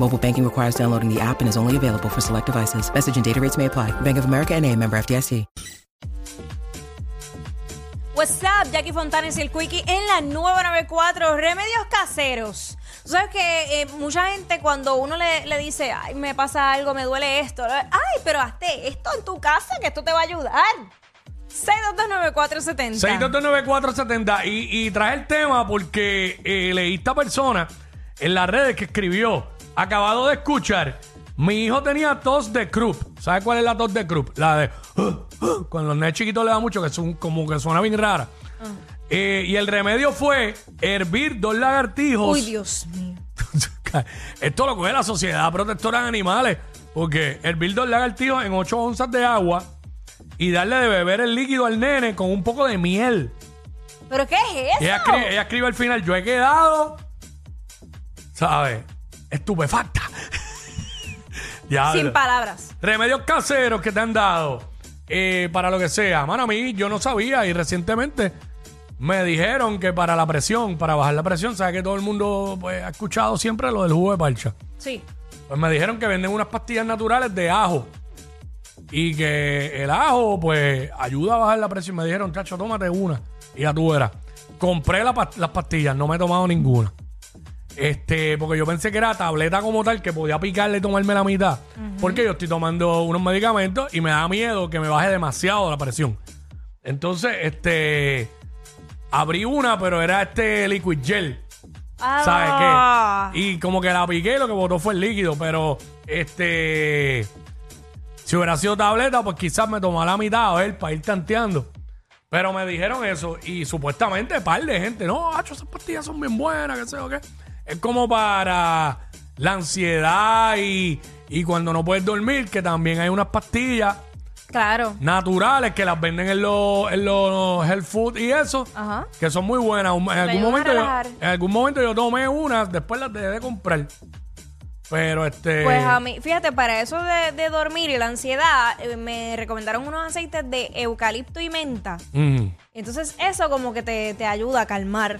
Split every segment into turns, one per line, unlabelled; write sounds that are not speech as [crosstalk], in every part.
Mobile banking requires downloading the app and is only available for select devices. Message and data rates may apply. Bank of America and a member FDIC.
What's up, Jackie Fontanes y el Quickie en la 994, remedios caseros. Tú sabes que eh, mucha gente cuando uno le, le dice, ay, me pasa algo, me duele esto, ay, pero hazte esto en tu casa que esto te va a ayudar. 6229470.
6229470 y, y trae el tema porque eh, leí esta persona en las redes que escribió, acabado de escuchar, mi hijo tenía tos de Krupp. ¿Sabes cuál es la tos de Krupp? La de... [gasps] cuando los nenes chiquitos le da mucho, que es un- como que suena bien rara.
Ah.
Eh, y el remedio fue hervir dos lagartijos.
Uy, Dios mío.
[laughs] Esto lo coge la Sociedad Protectora de Animales, porque hervir dos lagartijos en 8 onzas de agua y darle de beber el líquido al nene con un poco de miel.
¿Pero qué es
Ella
eso?
escribe, ella escribe al final, yo he quedado, ¿sabes? Estupefacta. [laughs] Diablo.
Sin palabras.
Remedios caseros que te han dado eh, para lo que sea. Mano, a mí yo no sabía y recientemente me dijeron que para la presión, para bajar la presión, sabes que todo el mundo pues, ha escuchado siempre lo del jugo de parcha.
Sí.
Pues me dijeron que venden unas pastillas naturales de ajo. Y que el ajo, pues, ayuda a bajar la presión. Me dijeron, chacho, tómate una. Y ya tú verás. Compré la pas- las pastillas, no me he tomado ninguna. Este, porque yo pensé que era tableta como tal, que podía picarle y tomarme la mitad. Porque yo estoy tomando unos medicamentos y me da miedo que me baje demasiado la presión. Entonces, este, abrí una, pero era este liquid gel.
Ah.
¿Sabes qué? Y como que la piqué, lo que botó fue el líquido, pero este. Si hubiera sido tableta, pues quizás me tomara la mitad a ver para ir tanteando. Pero me dijeron eso y supuestamente par de gente, no, hacho, esas pastillas son bien buenas, qué sé yo qué. Es como para la ansiedad y, y cuando no puedes dormir, que también hay unas pastillas
Claro.
naturales que las venden en los, en los health food y eso,
Ajá.
que son muy buenas. Un- En algún,
ayudan a
momento yo,
relajar.
en algún momento yo tomé unas, después las dejé de comprar. Pero este...
Pues a mí, fíjate, para eso de, de dormir y la ansiedad, eh, me recomendaron unos aceites de eucalipto y menta.
mm.
Entonces eso como que te, te ayuda a calmar.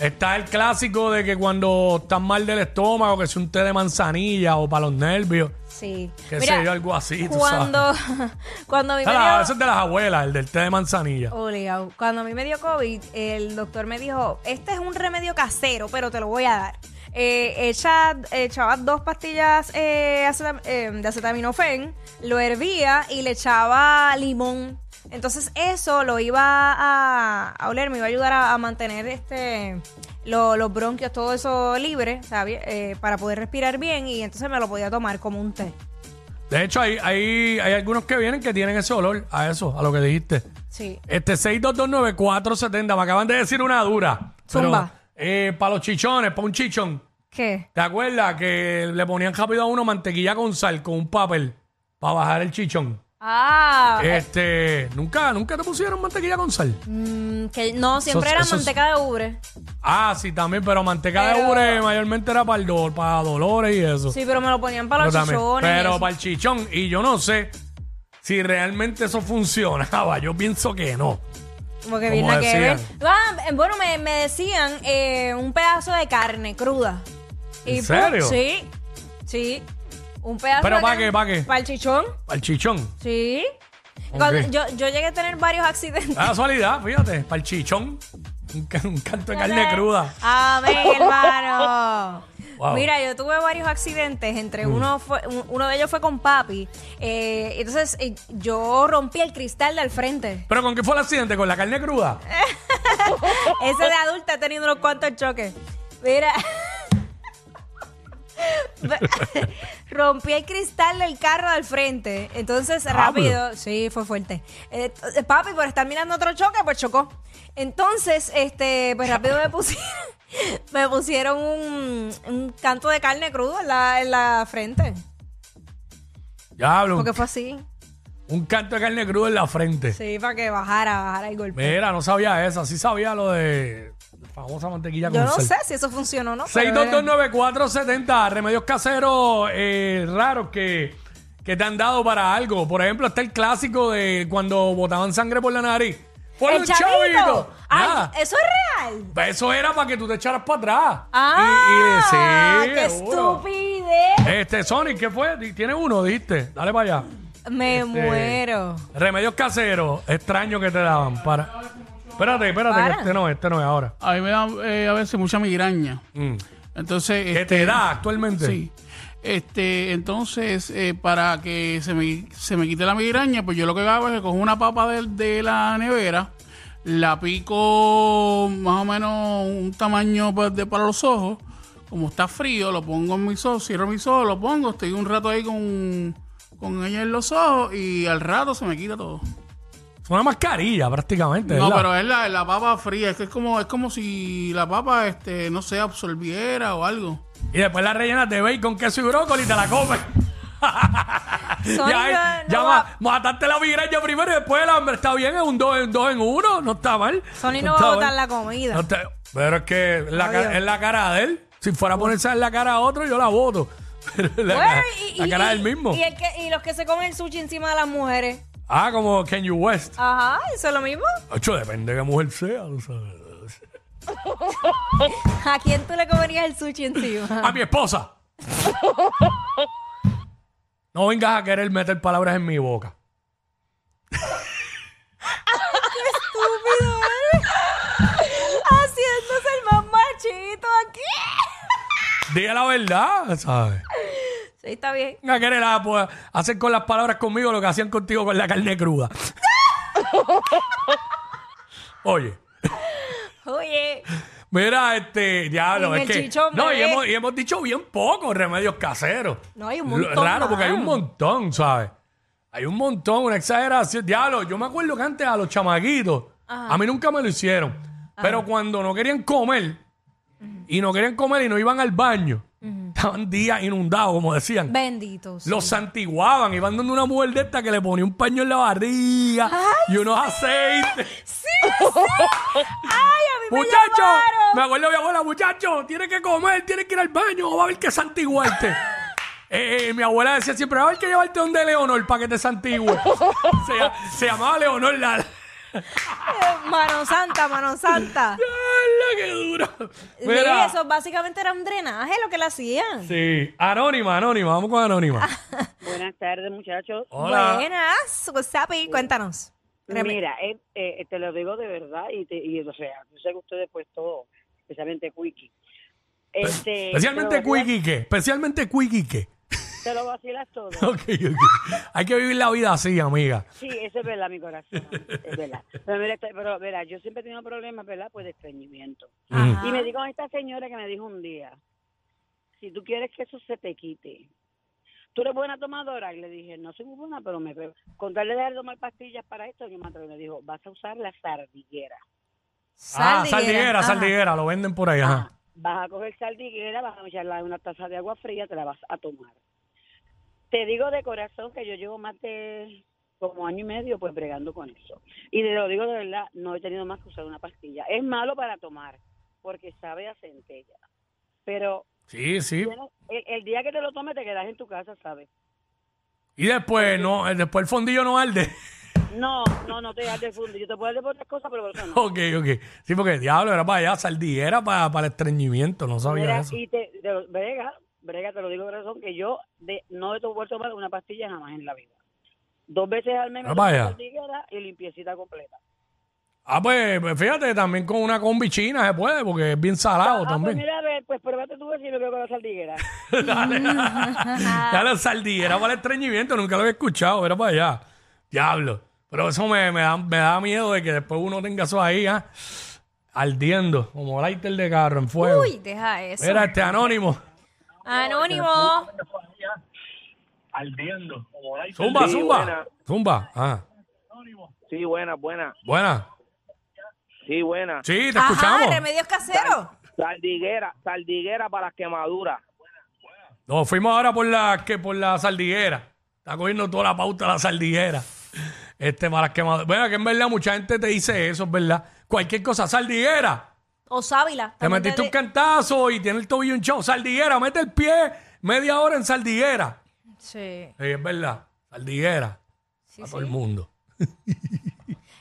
Está el clásico de que cuando estás mal del estómago, que si un té de manzanilla o para los nervios,
Sí.
que
Mira,
sé yo, algo así, tú sabes.
Cuando, [laughs] cuando a mí me
Ah,
dio-
Eso es de las abuelas, el del té de manzanilla.
Obligado. Cuando a mí me dio COVID, el doctor me dijo, este es un remedio casero, pero te lo voy a dar. Eh, echa- echaba dos pastillas eh, aceta- eh, de acetaminofén, lo hervía y le echaba limón. Entonces eso lo iba a, a oler, me iba a ayudar a, a mantener este lo- los bronquios, todo eso libre, ¿sabes? Eh, para poder respirar bien y entonces me lo podía tomar como un té.
De hecho, hay, hay, hay algunos que vienen que tienen ese olor a eso, a lo que dijiste.
Sí.
Este 6229470, me acaban de decir una dura.
Zumba.
para los chichones, para un chichón.
¿Qué?
¿Te acuerdas que le ponían rápido a uno mantequilla con sal, con un papel, para bajar el chichón?
Ah,
Este, nunca, nunca te pusieron mantequilla con sal.
mm, que no, siempre
Eso-
era
eso es-
manteca de ubre.
Ah, sí, también, pero manteca de
Pero-
ubre mayormente era para el dolor, para dolores y eso.
Sí, pero me lo ponían para los
Yo también.
chichones. y
Pero
eso.
para el chichón, y yo no sé si realmente eso [laughs] funcionaba. Yo pienso que no.
Como que
como
bien la que ver.
decían.
Ah, eh, bueno, me, me decían eh, un pedazo de carne cruda.
¿En
pum,
serio?
Sí, sí. Un pedazo
¿Pero
de
pa'
carne-
qué, pa' qué?
¿Para el chichón?
Para el chichón.
Sí.
Ok. Ah,
Cuando- yo, yo llegué a tener varios accidentes. [laughs]
La casualidad, fíjate, para el [laughs] chichón. Un, ca- un canto de carne cruda.
Amén, hermano.
Wow. Mm.
Mira, yo tuve varios accidentes, entre uno fue, un- uno de ellos fue con papi. Eh, entonces eh, yo rompí el cristal del frente.
¿Pero con qué fue el accidente? ¿Con la carne cruda?
Eh, Ese de adulta ha tenido unos cuantos choques. Mira. [laughs] Rompí el cristal del carro del frente. Entonces, rápido. Sí, fue fuerte. Eh, t- papi, por estar mirando otro choque, pues chocó. Entonces, este, pues rápido me pusieron, [laughs] me pusieron un, un canto de carne crudo en la, en la frente.
Ya hablo.
Porque fue así.
Un canto de carne cruda en la frente.
Sí, para que bajara, bajara el golpe.
Mira, no sabía esa. Sí sabía lo de la famosa mantequilla con
Yo no
sal.
sé si eso funcionó o no. pero era-
6229470, remedios caseros eh, raros que, que te han dado para algo. Por ejemplo, está el clásico de cuando botaban sangre por la nariz. ¡Por
¡El
el, chavito!
Ay, eh.
Nada.
eso es real.
Eso era para que tú te echaras para atrás.
¡Ah!
Y- y- sí,
¡Qué
seguro.
estupidez!
Este, Sonic, ¿qué fue? Di- Tiene uno, diste. Dale para allá.
Me
Este,
muero.
Remedios caseros extraños que te daban para... Espérate, espérate,
Para.
que este no, este no es ahora.
A mí me da eh, a veces mucha migraña.
Mm.
Entonces.
¿Qué
este,
te da actualmente?
Sí. Este, entonces, eh, para que se me, se me quite la migraña, pues yo lo que hago es que cojo una papa de, de la nevera, la pico más o menos un tamaño pa- de- para los ojos. Como está frío, lo pongo en mis ojos, cierro mis ojos, lo pongo, estoy un rato ahí con, con ella en los ojos y al rato se me quita todo.
Es una mascarilla prácticamente.
No,
¿verdad?
pero es la, la papa fría, es que es como, es como si la papa este, no se absorbiera o algo.
Y después la rellenas de bacon, queso y brócoli y te la
[laughs]
comes.
Sonic
ya eh,
no
ya
va-
ma- mataste la migraña primero y después el hambre. Está bien, es un 2 en, dos en uno. No está mal.
Sony
no
no va
está
a botar
mal.
la comida.
¿eh? No está- pero es que es la,
Adiós.
ca- es la cara de él. Si fuera a ponerse en la cara a otro, yo la voto. [laughs] Pero es la,
Bueno,
cara, la cara del mismo.
Pues, Y, el que- y los que se comen el sushi encima de las mujeres.
Ah, como Kanye West.
Ajá, eso es lo mismo.
Ocho, depende de qué mujer sea. tú sabes.
¿A quién tú le comerías el sushi
[laughs]
encima?
A mi
[laughs]
esposa. No vengas a querer meter palabras en mi boca.
Estúpido, ¿eh? Haciéndose el más machito aquí.
Diga la verdad, ¿sabes?
Sí, está bien.
Venga, que la, pues, hacer con las palabras conmigo lo que hacían contigo con la carne cruda. [laughs] Oye,
Oye,
mira, este, diablo,
Y
es
el
que.
chichón,
no, y
bebé.
hemos, y hemos dicho bien poco remedios caseros.
No, hay un
Lo-
montón
Raro, porque hay un
más.
montón, ¿sabes? Hay un montón, una exageración. Diablo, yo me acuerdo que antes a los chamaguitos, a mí nunca me lo hicieron. Pero cuando no querían comer, y no querían comer y no iban al baño, estaban días inundados, como decían.
benditos.
Los santiguaban, iban dando una mujer de esta que le ponía un paño en la barriga y unos aceites.
¡Ay,
[laughs]
a mí me
¡Muchacho!
llamaron!
Me acuerdo de mi abuela, muchacho, tienes que comer, tienes que ir al baño o va a haber que
[laughs]
santiguarte. Eh, eh, mi abuela decía siempre, va a haber que llevarte donde Leonor para que
[laughs]
te santigüe. se, se llamaba Leonor la...
Mano santa, mano santa.
¡Hala, qué duro!
Sí,
Mira,
eso básicamente era un drenaje lo que le hacían.
sí, anónima, anónima, vamos con anónima.
Ah,
Buenas tardes, muchachos.
Hola.
Buenas, what's up, y cuéntanos. Reme-
Mira, eh, eh, te lo digo de verdad y, te, y o sea, yo sé que ustedes pues todo, especialmente Quickie. Este,
Especialmente
te lo vacilas-
Cuiquique, especialmente Cuiquique.
Te lo vacilas todo.
[laughs] Ok, ok. Hay que vivir la vida así, amiga.
Sí, eso es verdad, mi corazón. Es verdad. Pero mira, esto- pero, mira, yo siempre he tenido problemas, ¿verdad? Pues de estreñimiento.
Ajá.
Y me dijo esta señora que me dijo un día, si tú quieres que eso se te quite, tú eres buena tomadora. Y le dije, no soy muy buena, pero me pego. Con tal de dejar de tomar pastillas para esto, yo me atrevo. Y me dijo, vas a usar la sardiguera.
Ah,
Saldiguera,
saldiguera,
ajá.
saldiguera, lo venden por ahí, ajá.
Vas a coger sardiguera, vas a echarla en una taza de agua fría, te la vas a tomar. Te digo de corazón que yo llevo más de como año y medio pues bregando con eso. Y te lo digo de verdad, no he tenido más que usar una pastilla. Es malo para tomar, porque sabe a centella. Pero
Sí, sí.
tienes- el, el día que te lo tomes te quedas en tu casa, ¿sabes?
Y después, no, eh, después el fondillo no arde. [laughs]
No, no, no te das de fundo. Yo te puedo dar por otras cosas, pero por eso no.
ok, ok. Sí, porque diablo, era para allá, saldiguera para, para el estreñimiento, no sabía
Mira,
eso.
y te, te lo- brega, brega, te lo digo de corazón, que yo de, no he to- vuelto a tomar una pastilla jamás en la vida. Dos veces al mes me
Ah,
tomo una
vaya.
sardiguera y limpiecita completa.
Ah, pues, pues, fíjate, también con una combi china se puede, porque es bien salado
Ah, pues
Oh, también.
mira, a ver, pues pruébate tú si no veo con la sardiguera.
Dale. [laughs] ya la sardillera para el estreñimiento, nunca lo había escuchado, era para allá. Diablo. Pero eso me, me da, me da miedo de que después uno tenga eso ahí, ¿ah? Ardiendo, como lighter de carro en fuego.
Uy, deja eso.
Mira, este anónimo.
Anónimo.
ardiendo. Como la hizo.
Zumba,
Sí,
zumba.
buena.
Zumba. Ah,
Sí, buena, buena.
buena.
Sí, buena.
Sí, te
Ajá,
escuchamos.
remedios caseros.
Saldiguera, saldiguera para las quemaduras.
Nos fuimos ahora por la, que por la sardillera. Está cogiendo toda la pauta la sardillera. Este, para las quemaduras. Bueno, que en verdad mucha gente te dice eso, es verdad. Cualquier cosa, sardillera.
O sábila.
Te
también
metiste un
de-
cantazo y tiene el tobillo hinchado. Saldiguera, mete el pie media hora en saldiguera.
Sí,
Sí, es verdad. Saldiguera.
sí,
a
sí.
todo el mundo.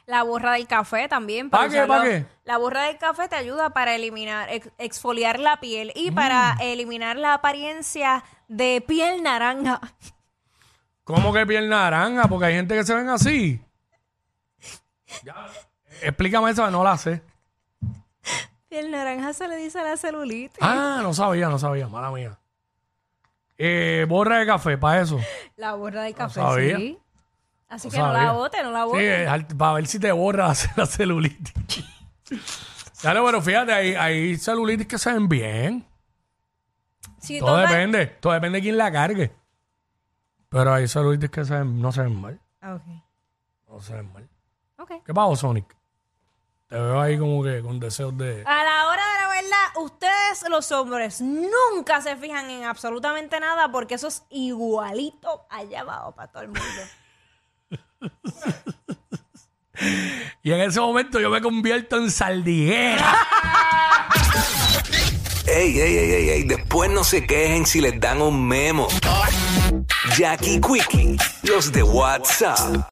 La borra del café también.
¿Pa'
para
qué,
usarlo.
pa' qué?
La borra del café te ayuda para eliminar, ex- exfoliar la piel y
Mm.
para eliminar la apariencia de piel naranja. [laughs]
¿Cómo que piel naranja? Porque hay gente que se ven así. Ya, Explícame eso, no la sé.
Piel naranja se le dice a la celulitis.
Ah, no sabía, no sabía. Mala mía. Eh, borra de café, para eso.
La borra del café,
sabía.
sí. Así
No
que no
sabía.
la bote, no la
Sí,
bote.
es al- para ver si te borra [laughs] la celulitis. Claro, pero fíjate, hay, hay celulitis que se ven bien.
Si
Todo
tomas-
depende, todo depende de quién la cargue. Pero hay saluditos que se ven- no se ven mal.
Ah, ok.
No se ven mal.
Ok.
¿Qué pasó, Sonic? Te veo ahí como que con deseos de.
A la hora de la verdad, ustedes los hombres nunca se fijan en absolutamente nada porque eso es igualito allá abajo para todo el mundo.
Y en ese momento yo me convierto en saldiguera.
Ey, ey, ey, ey, ey, después no se quejen si les dan un memo. Jackie Quickie, los de WhatsApp.